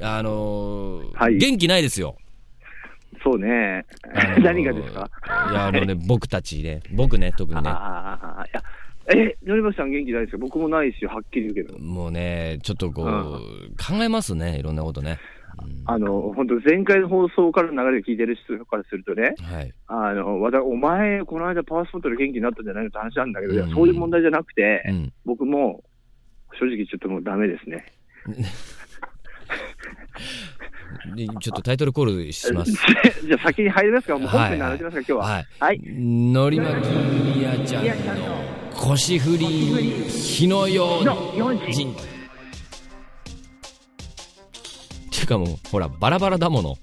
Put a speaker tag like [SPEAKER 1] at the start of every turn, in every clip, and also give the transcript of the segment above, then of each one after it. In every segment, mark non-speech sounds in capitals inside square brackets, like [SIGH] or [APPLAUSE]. [SPEAKER 1] あのー
[SPEAKER 2] はい
[SPEAKER 1] 元気ないです
[SPEAKER 2] [LAUGHS]
[SPEAKER 1] よ。
[SPEAKER 2] そうね
[SPEAKER 1] あのー。
[SPEAKER 2] 何がですか
[SPEAKER 1] いや、あのね、僕たちね、僕ね、特にね。
[SPEAKER 2] ああ、いや、え、のりばしさん元気ないですよ。僕もないし、はっきり言うけど。
[SPEAKER 1] もうね、ちょっとこう、
[SPEAKER 2] う
[SPEAKER 1] 考えますね、いろんなことね。うん
[SPEAKER 2] あの、本当前回の放送からの流れで聞いてる人からするとね、
[SPEAKER 1] はい。
[SPEAKER 2] あの、わたお前、この間パワースポットで元気になったんじゃないのって話なんだけど、いや
[SPEAKER 1] うん
[SPEAKER 2] そういう問題じゃなくて、
[SPEAKER 1] うん。
[SPEAKER 2] 僕も、正直ちょっともうダメですね。
[SPEAKER 1] でちょっとタイトルコールします。
[SPEAKER 2] [LAUGHS] じゃあ先に入りますかもう本編の話しますか、今日は。
[SPEAKER 1] はい。
[SPEAKER 2] はい。
[SPEAKER 1] のりまきみやちゃんの腰振り火のように人っていうかもうほらバラバラだ
[SPEAKER 2] [LAUGHS]
[SPEAKER 1] もの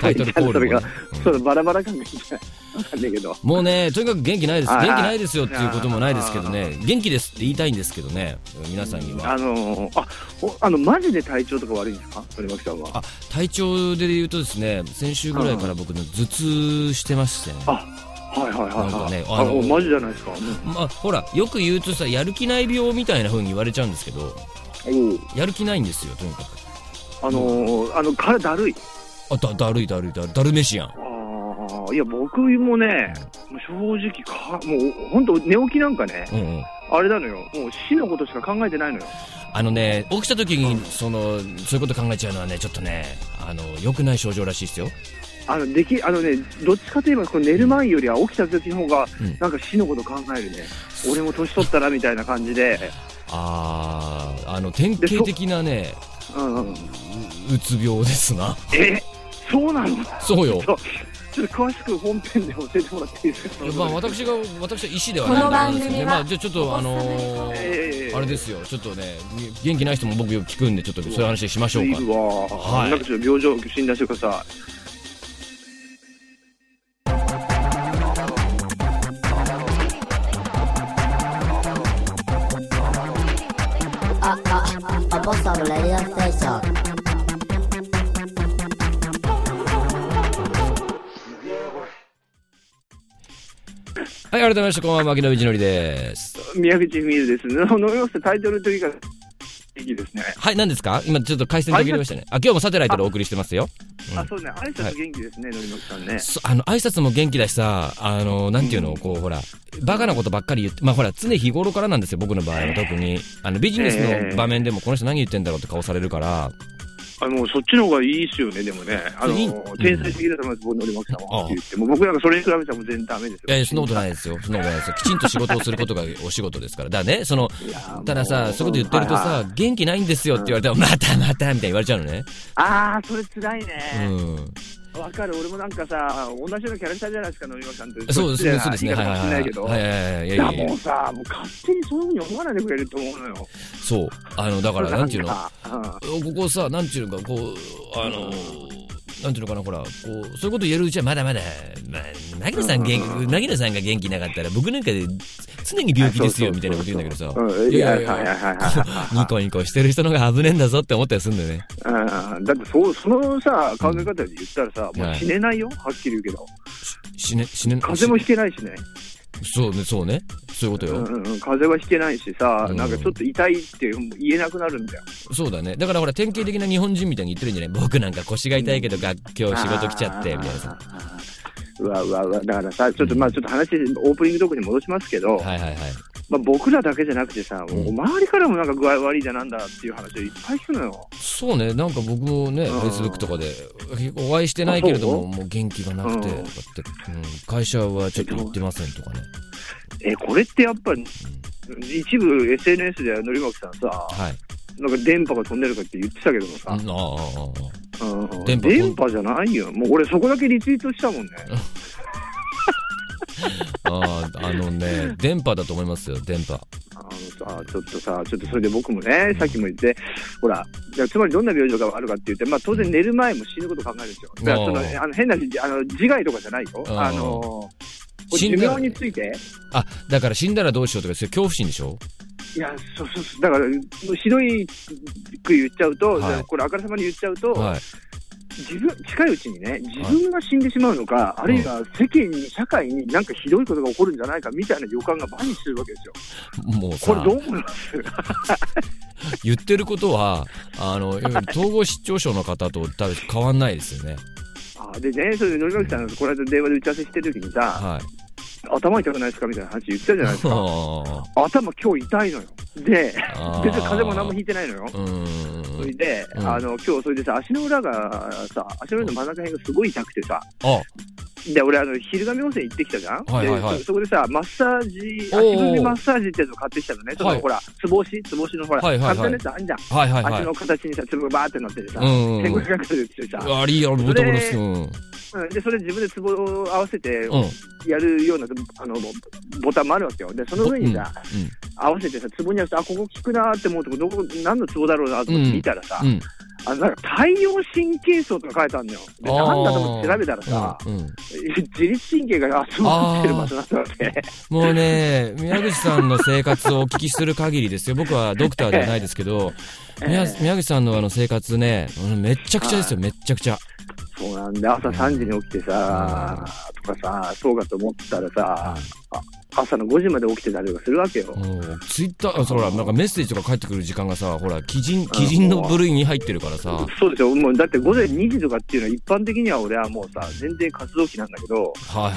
[SPEAKER 1] タイトルコールもね、
[SPEAKER 2] そのバラバラ感がいいんじゃないわかんないけど。
[SPEAKER 1] もうねとにかく元気ないです元
[SPEAKER 2] はい
[SPEAKER 1] 気ないですよっていうこともないですけどね元気ですって言いたいんですけどね皆さんには
[SPEAKER 2] あのーあ、おあの、マジで体調とか悪いんですか鳥巻さんは。
[SPEAKER 1] あ体調で言うとですね先週ぐらいから僕の頭痛してましてね
[SPEAKER 2] あはいはいはいはい。
[SPEAKER 1] なんかねあ
[SPEAKER 2] あ
[SPEAKER 1] のー
[SPEAKER 2] おマジじゃないですか。
[SPEAKER 1] まあほらよく言うとさやる気ない病みたいな風に言われちゃうんですけど
[SPEAKER 2] うん
[SPEAKER 1] やる気ないんですよとにかく
[SPEAKER 2] あのーあの、体だるい。
[SPEAKER 1] あだだるいだるいだるいだるめしやん
[SPEAKER 2] ああ、いや、僕もね、もう正直か、もう、本当寝起きなんかね、
[SPEAKER 1] うんうん
[SPEAKER 2] あれなのよ。もう死のことしか考えてないのよ。
[SPEAKER 1] あのね起きた時にそのそういうこと考えちゃうのはねちょっとねあの良くない症状らしいですよ
[SPEAKER 2] あの、でき、あのね、どっちかといえば、こう寝る前よりは起きた時の方が
[SPEAKER 1] うん、
[SPEAKER 2] なんか死のこと考えるね。俺も年取ったらみたいな感じで、
[SPEAKER 1] あーあの典型的なね
[SPEAKER 2] うんうん。
[SPEAKER 1] ううつ病ですな
[SPEAKER 2] えそうなの [LAUGHS]
[SPEAKER 1] そうよ
[SPEAKER 2] そうちょっと詳しく本編で教えてもらっていいですか
[SPEAKER 1] まあ私が私は医師ではないんで
[SPEAKER 3] この
[SPEAKER 1] あれですけどねま
[SPEAKER 3] 番組は
[SPEAKER 1] あじゃあちょっとあのー
[SPEAKER 2] ええ
[SPEAKER 1] あれですよちょっとね元気ない人も僕よく聞くんでちょっとそういう話しましょうか
[SPEAKER 2] いるわ、
[SPEAKER 1] はい
[SPEAKER 2] なんかちょっと病状診断してください
[SPEAKER 3] あ、あ、アポストブレディオステーション。
[SPEAKER 1] はい改めましてこんばんは牧野道典です
[SPEAKER 2] 宮口文ですの飲みますタイトルというかいいですね、
[SPEAKER 1] はい何ですか今ちょっと回線途切れましたねあ今日もサテライトでお送りしてますようん
[SPEAKER 2] あそうね挨拶元気ですね、のりまきさんね
[SPEAKER 1] そあの挨拶も元気だしさあのなんていうの、
[SPEAKER 2] うん
[SPEAKER 1] こうほらバカなことばっかり言ってまあほら常日頃からなんですよ僕の場合は特にあのビジネスの場面でもこの人何言ってんだろうって顔されるから、
[SPEAKER 2] あのそっちの方がいいっすよねでもねあの
[SPEAKER 1] いい
[SPEAKER 2] 天才的だと思います、僕のりまきさん
[SPEAKER 1] ああ
[SPEAKER 2] はって言ってもう僕なんかそれに比べたらもう全然ダメですよ
[SPEAKER 1] えそんなことないですよそんなことないですよきちんと仕事をすることがお仕事ですからだからねその
[SPEAKER 2] いやーもう
[SPEAKER 1] たださそういうこと言ってるとさ、
[SPEAKER 2] はいはい
[SPEAKER 1] 元気ないんですよって言われたら、
[SPEAKER 2] [LAUGHS]
[SPEAKER 1] またまたみたいに言われちゃうのね
[SPEAKER 2] ああそれ辛いね、
[SPEAKER 1] う
[SPEAKER 2] わかる、俺もなんかさ、同じようなキャラクターじゃないですか、のりまさんって。
[SPEAKER 1] んそうですね
[SPEAKER 2] こ
[SPEAKER 1] そう
[SPEAKER 2] っ
[SPEAKER 1] です
[SPEAKER 2] ち
[SPEAKER 1] ね
[SPEAKER 2] じゃ
[SPEAKER 1] はい
[SPEAKER 2] ない
[SPEAKER 1] はいはい
[SPEAKER 2] 言い方もしないけど。
[SPEAKER 1] はいはいはいいやいや
[SPEAKER 2] いや
[SPEAKER 1] いや
[SPEAKER 2] もうさ、もう勝手にそういうふうに思わないでくれると思うのよ。
[SPEAKER 1] そうあのだからなんていうの
[SPEAKER 2] かうん
[SPEAKER 1] ここさ、なんていうのか、こう、あのー、なんていうのかな、ほら、こう、そういうこと言えるうちはまだまだ、まあ、なぎなさん元
[SPEAKER 2] う
[SPEAKER 1] 気、なぎなさんが元気なかったら、僕なんかで常に病気ですよ、
[SPEAKER 2] あそうそうそう
[SPEAKER 1] みたいなこと言うんだけどさ、
[SPEAKER 2] うん、いやいやいやいやい
[SPEAKER 1] ニコニコしてる人の方が危ねえんだぞって思ったりするんだよね。
[SPEAKER 2] やうんだってそう、そのさ、考え方で言ったらさ、も
[SPEAKER 1] は
[SPEAKER 2] う
[SPEAKER 1] い
[SPEAKER 2] 死ねないよ、はっきり言うけど。
[SPEAKER 1] 死ね、死ね、
[SPEAKER 2] 風邪もひけないしね。
[SPEAKER 1] しそうね、そうね。そういうこと
[SPEAKER 2] う
[SPEAKER 1] よ。
[SPEAKER 2] んうんうん、風邪はひけないしさ
[SPEAKER 1] う、ん
[SPEAKER 2] なんかちょっと痛いって言えなくなるんだよ。
[SPEAKER 1] そうだね。だからほら、典型的な日本人みたいに言ってるんじゃない [LAUGHS] 僕なんか腰が痛いけど、が今日仕事来ちゃって、みたいなさ。
[SPEAKER 2] あー。うわうわうわ、だからさ、ちょっとまあちょっと話、オープニングトークに戻しますけど、
[SPEAKER 1] はいはいはい。
[SPEAKER 2] まあ、僕らだけじゃなくてさ、
[SPEAKER 1] うん
[SPEAKER 2] もう周りからもなんか具合悪いだなんだっていう話をいっぱい聞くのよ。
[SPEAKER 1] そうね、なんか僕もね、
[SPEAKER 2] う
[SPEAKER 1] フ
[SPEAKER 2] ん
[SPEAKER 1] ェイスブックとかで、お会いしてないけれども、
[SPEAKER 2] あ
[SPEAKER 1] もう元気がなくて、
[SPEAKER 2] うん
[SPEAKER 1] とかってうん会社はちょっと行ってませんとかね。
[SPEAKER 2] え、これってやっぱり、一部 SNS ではのりまきさんさ、
[SPEAKER 1] はい。
[SPEAKER 2] なんか電波が飛んでるかって言ってたけども
[SPEAKER 1] ああ、あ
[SPEAKER 2] さ、
[SPEAKER 1] あ
[SPEAKER 2] うん
[SPEAKER 1] 電
[SPEAKER 2] 電
[SPEAKER 1] 波
[SPEAKER 2] 波じゃないよ。もう俺そこだけリツイートしたもんね。
[SPEAKER 1] ああ、ああ、あのね、 [LAUGHS] 電波だと思いますよ、電波。
[SPEAKER 2] あのさ、ちょっとさ、ちょっとそれで僕もね、さっきも言って、ほら、いやつまりどんな病状があるかって言って、まあ当然寝る前も死ぬこと考えるんですよ。だからそ
[SPEAKER 1] あー
[SPEAKER 2] のあの変なじあの自害とかじゃないよ。
[SPEAKER 1] あー
[SPEAKER 2] あの、
[SPEAKER 1] 死
[SPEAKER 2] 寿
[SPEAKER 1] んだら
[SPEAKER 2] 命について
[SPEAKER 1] あ、だから死んだらどうしようとか、そういう恐怖心でしょ
[SPEAKER 2] いや、そうそうそう、だから、ひどいく言っちゃうと、
[SPEAKER 1] はい
[SPEAKER 2] これ、あからさまに言っちゃうと、
[SPEAKER 1] はい。
[SPEAKER 2] 自分、近いうちにね、自分が死んでしまうのか、あるいは世間に、社会になんかひどいことが起こるんじゃないかみたいな予感が毎日するわけですよ。
[SPEAKER 1] もう
[SPEAKER 2] こ
[SPEAKER 1] さ
[SPEAKER 2] れ、どう思います
[SPEAKER 1] 言ってることは、あ
[SPEAKER 2] [LAUGHS]
[SPEAKER 1] の、いわゆる統合失調症の方と多分変わんないですよね。
[SPEAKER 2] あーでね、それで、のりまきさん、この間電話で打ち合わせしてる時にさ、
[SPEAKER 1] はい。
[SPEAKER 2] 頭痛くないですかみたいな話言ってたじゃないで
[SPEAKER 1] [LAUGHS]
[SPEAKER 2] すか。
[SPEAKER 1] あ
[SPEAKER 2] 頭今日痛いのよ。で、
[SPEAKER 1] あー
[SPEAKER 2] 全然風邪も何もひいてないのよ。
[SPEAKER 1] ーう
[SPEAKER 2] そ
[SPEAKER 1] ー
[SPEAKER 2] れ
[SPEAKER 1] ん。
[SPEAKER 2] で、
[SPEAKER 1] うん
[SPEAKER 2] あの、今日それでさ、足の裏がさ、足の裏の真ん中辺がすごい痛くてさ、
[SPEAKER 1] あ、
[SPEAKER 2] で、俺、あの、昼神温泉行ってきたじゃん、
[SPEAKER 1] はいはいはい
[SPEAKER 2] でそそこでさ、マッサージ、
[SPEAKER 1] おー
[SPEAKER 2] 足首マッサージってやつを買ってきたのね。そ
[SPEAKER 1] は
[SPEAKER 2] の
[SPEAKER 1] い
[SPEAKER 2] ほら、つぼ押し、つぼ押しのほら、
[SPEAKER 1] はいはいはい
[SPEAKER 2] 簡単なやつあんじゃん。
[SPEAKER 1] はいはいはい
[SPEAKER 2] 足。の形にさ、つぼがバーってなっててさ、
[SPEAKER 1] うんうんうん。
[SPEAKER 2] 1500円するってさ、
[SPEAKER 1] あれいいやろ、ボタボタする。うん。
[SPEAKER 2] うんで、それ自分でつぼを合わせて
[SPEAKER 1] うん。
[SPEAKER 2] やるような、あの、ボタンもあるわけよ。で、その上にさ、合わせてさ、つぼに合わせて、あ、ここ効くなーって思うとこ、どこ、何のつぼだろうなと思って見たらさ、
[SPEAKER 1] うん。うん。
[SPEAKER 2] あのなんか太陽神経層とか書いてあるのよ。で、
[SPEAKER 1] あー
[SPEAKER 2] なんだと思って調べたらさ、
[SPEAKER 1] うん。うん。
[SPEAKER 2] 自律神経が集まってる場所なんだって。
[SPEAKER 1] もうね、宮口さんの生活をお聞きする限りですよ。僕はドクターではないですけど、宮
[SPEAKER 2] [LAUGHS] ええ
[SPEAKER 1] 宮口さんのあの生活ね、うんめっちゃくちゃですよ、めっちゃくちゃ。
[SPEAKER 2] そうなんで、朝3時に起きてさ、とかさ、そうかと思ったらさ、朝の5時まで起きてたりとかするわけよ。
[SPEAKER 1] うんツイッター、あそうほら、なんかメッセージとか返ってくる時間がさ、ほら、基準、基準の部類に入ってるからさ、
[SPEAKER 2] そうでしょもうだって午前2時とかっていうのは一般的には俺はもうさ、全然活動期なんだけど、
[SPEAKER 1] はい。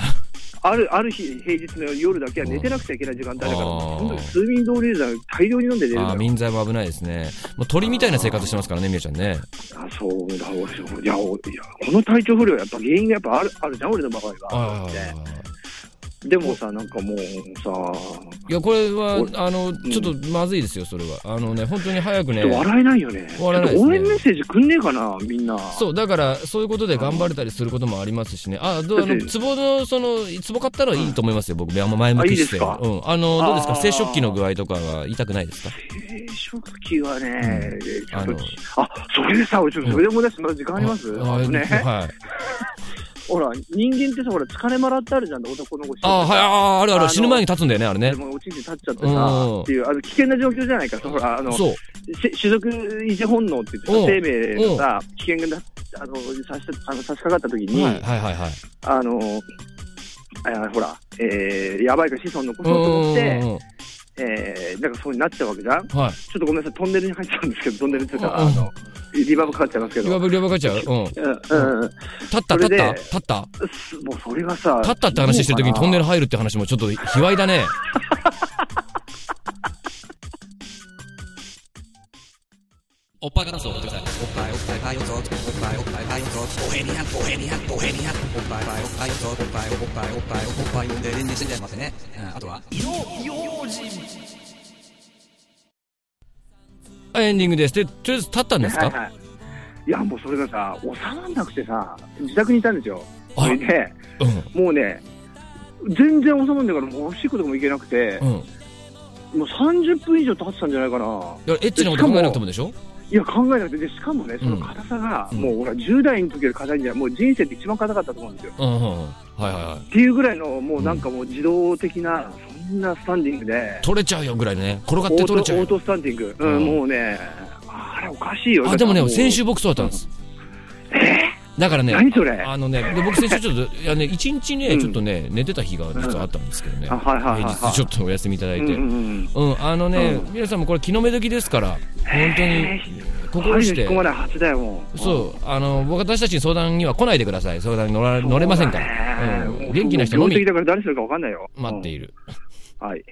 [SPEAKER 2] ある、ある日、平日の夜だけは寝てなくちゃいけない時間帯だから、
[SPEAKER 1] あー
[SPEAKER 2] 本当に睡眠導入剤を大量に飲んで寝る
[SPEAKER 1] ああ、
[SPEAKER 2] のよ。
[SPEAKER 1] 民財も危ないですね。もう鳥みたいな生活してますからね、みやちゃんね。
[SPEAKER 2] あそうだ、俺、いや、おいやこの体調不良、やっぱ原因がやっぱある、あるじゃん、俺の場合
[SPEAKER 1] は
[SPEAKER 2] は。
[SPEAKER 1] いはいはいはい
[SPEAKER 2] でもさ、なんかもうさ、
[SPEAKER 1] いや、これは
[SPEAKER 2] お、
[SPEAKER 1] あの、ちょっとまずいですよ、それは。あのね、本当に早くね、
[SPEAKER 2] 笑えないよね。
[SPEAKER 1] 笑えない
[SPEAKER 2] ち
[SPEAKER 1] ですね
[SPEAKER 2] ょっと応援メッセージくんねえかな、みんな。
[SPEAKER 1] そう、だから、そういうことで頑張れたりすることもありますしね。あ、どう、あ
[SPEAKER 2] だっ
[SPEAKER 1] の、
[SPEAKER 2] て
[SPEAKER 1] ツボの、その、ツボ買ったらいいと思いますよ、僕。あんま前向きして。
[SPEAKER 2] あいいで
[SPEAKER 1] うん。あの、どうですか
[SPEAKER 2] あー
[SPEAKER 1] 生殖器の具合とかは痛くないですか
[SPEAKER 2] 定食期はね、ちょっ
[SPEAKER 1] あ
[SPEAKER 2] と
[SPEAKER 1] の
[SPEAKER 2] あそれでさ、俺ちょっとそれで思い出して、まだ時間あります
[SPEAKER 1] ああ
[SPEAKER 2] ね、
[SPEAKER 1] はい。
[SPEAKER 2] ほら、人間ってさ、ほら、疲れまらってあるじゃん、男の子
[SPEAKER 1] あ、はい、ああ、あるあ
[SPEAKER 2] あ
[SPEAKER 1] る。
[SPEAKER 2] の
[SPEAKER 1] 死ぬ前に立つんだよね、あれね
[SPEAKER 2] で。も、おちんちん立っちゃって
[SPEAKER 1] う
[SPEAKER 2] さ
[SPEAKER 1] ん、
[SPEAKER 2] っていう、あの、危険な状況じゃないか、そのほら、あの、
[SPEAKER 1] そう。
[SPEAKER 2] し種族維持本能って言
[SPEAKER 1] うん
[SPEAKER 2] ってさ、生命のさ、危険がなあの差しあの差し掛かった時に、
[SPEAKER 1] はいはいはいはい。
[SPEAKER 2] あの、あほら、えー、やばいから子孫残そうと思っ
[SPEAKER 1] うんうん
[SPEAKER 2] て、
[SPEAKER 1] うん
[SPEAKER 2] えー、なんかそうになっちゃうわけじゃんちょ
[SPEAKER 1] はい。
[SPEAKER 2] っとごめんなさい、トンネルに入っちゃうんですけど、トンネルっていうか、
[SPEAKER 1] うん
[SPEAKER 2] あの、リバーブかかっちゃいますけ
[SPEAKER 1] リバ
[SPEAKER 2] ど。
[SPEAKER 1] ブリバブかちゃう。うん。立
[SPEAKER 2] うん、うん、うん。
[SPEAKER 1] った
[SPEAKER 2] そ
[SPEAKER 1] 立っ
[SPEAKER 2] れで
[SPEAKER 1] た立った
[SPEAKER 2] すもうそれがさ、
[SPEAKER 1] 立ったって話してる時にトンネ
[SPEAKER 2] ル。
[SPEAKER 1] ル入るって話もちょっと卑猥だ
[SPEAKER 2] [LAUGHS]
[SPEAKER 1] ね。おっぱいからそう。
[SPEAKER 4] おっぱいおっぱいパイオゾーおっぱいおっぱいパイオゾーおへにゃんおへにゃんおへにゃんおっぱいパイおっぱいゾーおっぱいおっぱいおっぱいおっぱいをで連打してんじゃいますねうんあとは
[SPEAKER 1] エンディングです。で、とりあえず立ったんです
[SPEAKER 2] はい
[SPEAKER 1] か
[SPEAKER 2] はい。いや、もうそれがさ、収まんなくてさ、自宅にいたんですよ。そ
[SPEAKER 1] あ
[SPEAKER 2] れで、
[SPEAKER 1] う
[SPEAKER 2] もうね、全然収まんないから、もうおしっことかも行けなくて、
[SPEAKER 1] ん。うん。い
[SPEAKER 2] もう30分以上経ってたんじゃないかな。
[SPEAKER 1] やエッチなこと考えなくてもでしょ
[SPEAKER 2] いや、考えなくて、でしかもね、その硬さが、
[SPEAKER 1] うん
[SPEAKER 2] もうほら、10代の時より硬いんじゃない、もう人生で一番硬かったと思うんですよ。
[SPEAKER 1] うんうんうん。はいはいはい。
[SPEAKER 2] っていうぐらいの、もうなんかもう自動的な、そんなスタンディングで、
[SPEAKER 1] 取れちゃうよぐらいね。転がっ
[SPEAKER 2] オ
[SPEAKER 1] て
[SPEAKER 2] ート
[SPEAKER 1] 取れちゃう
[SPEAKER 2] オー
[SPEAKER 1] よ。
[SPEAKER 2] トスタンディング、うん
[SPEAKER 1] うん
[SPEAKER 2] もうね、あれおかしいよ。
[SPEAKER 1] あ、でも
[SPEAKER 2] だ
[SPEAKER 1] ね、
[SPEAKER 2] ってう
[SPEAKER 1] 先週僕そうだったんです。だからね、
[SPEAKER 2] 何それ
[SPEAKER 1] あのね、で僕先週ちょっと、いやね、一日ね、
[SPEAKER 2] うん
[SPEAKER 1] ちょっとね、寝てた日が実はあったんですけどね
[SPEAKER 2] あ、。はいはいはい、
[SPEAKER 1] 平
[SPEAKER 2] はい。
[SPEAKER 1] 日ちょっとお休みいただい
[SPEAKER 2] うん
[SPEAKER 1] て
[SPEAKER 2] う。んうん、
[SPEAKER 1] うん、あのね、
[SPEAKER 2] うん
[SPEAKER 1] 皆さんもこれ、気の目時ですから、本当に
[SPEAKER 2] え
[SPEAKER 1] 心し
[SPEAKER 2] 針の引
[SPEAKER 1] て
[SPEAKER 2] っ込、まない蜂だよ、もう。
[SPEAKER 1] そう、あの僕私たちに相談には来ないでください、相談に乗ら
[SPEAKER 2] うん。
[SPEAKER 1] 乗れませんか
[SPEAKER 2] そうだ
[SPEAKER 1] ら、
[SPEAKER 2] ね
[SPEAKER 1] うん
[SPEAKER 2] もう
[SPEAKER 1] 元気な人の
[SPEAKER 2] 病
[SPEAKER 1] み
[SPEAKER 2] 的だから誰するかわかんないよ。
[SPEAKER 1] 待って
[SPEAKER 2] うん
[SPEAKER 1] いる。
[SPEAKER 2] はい。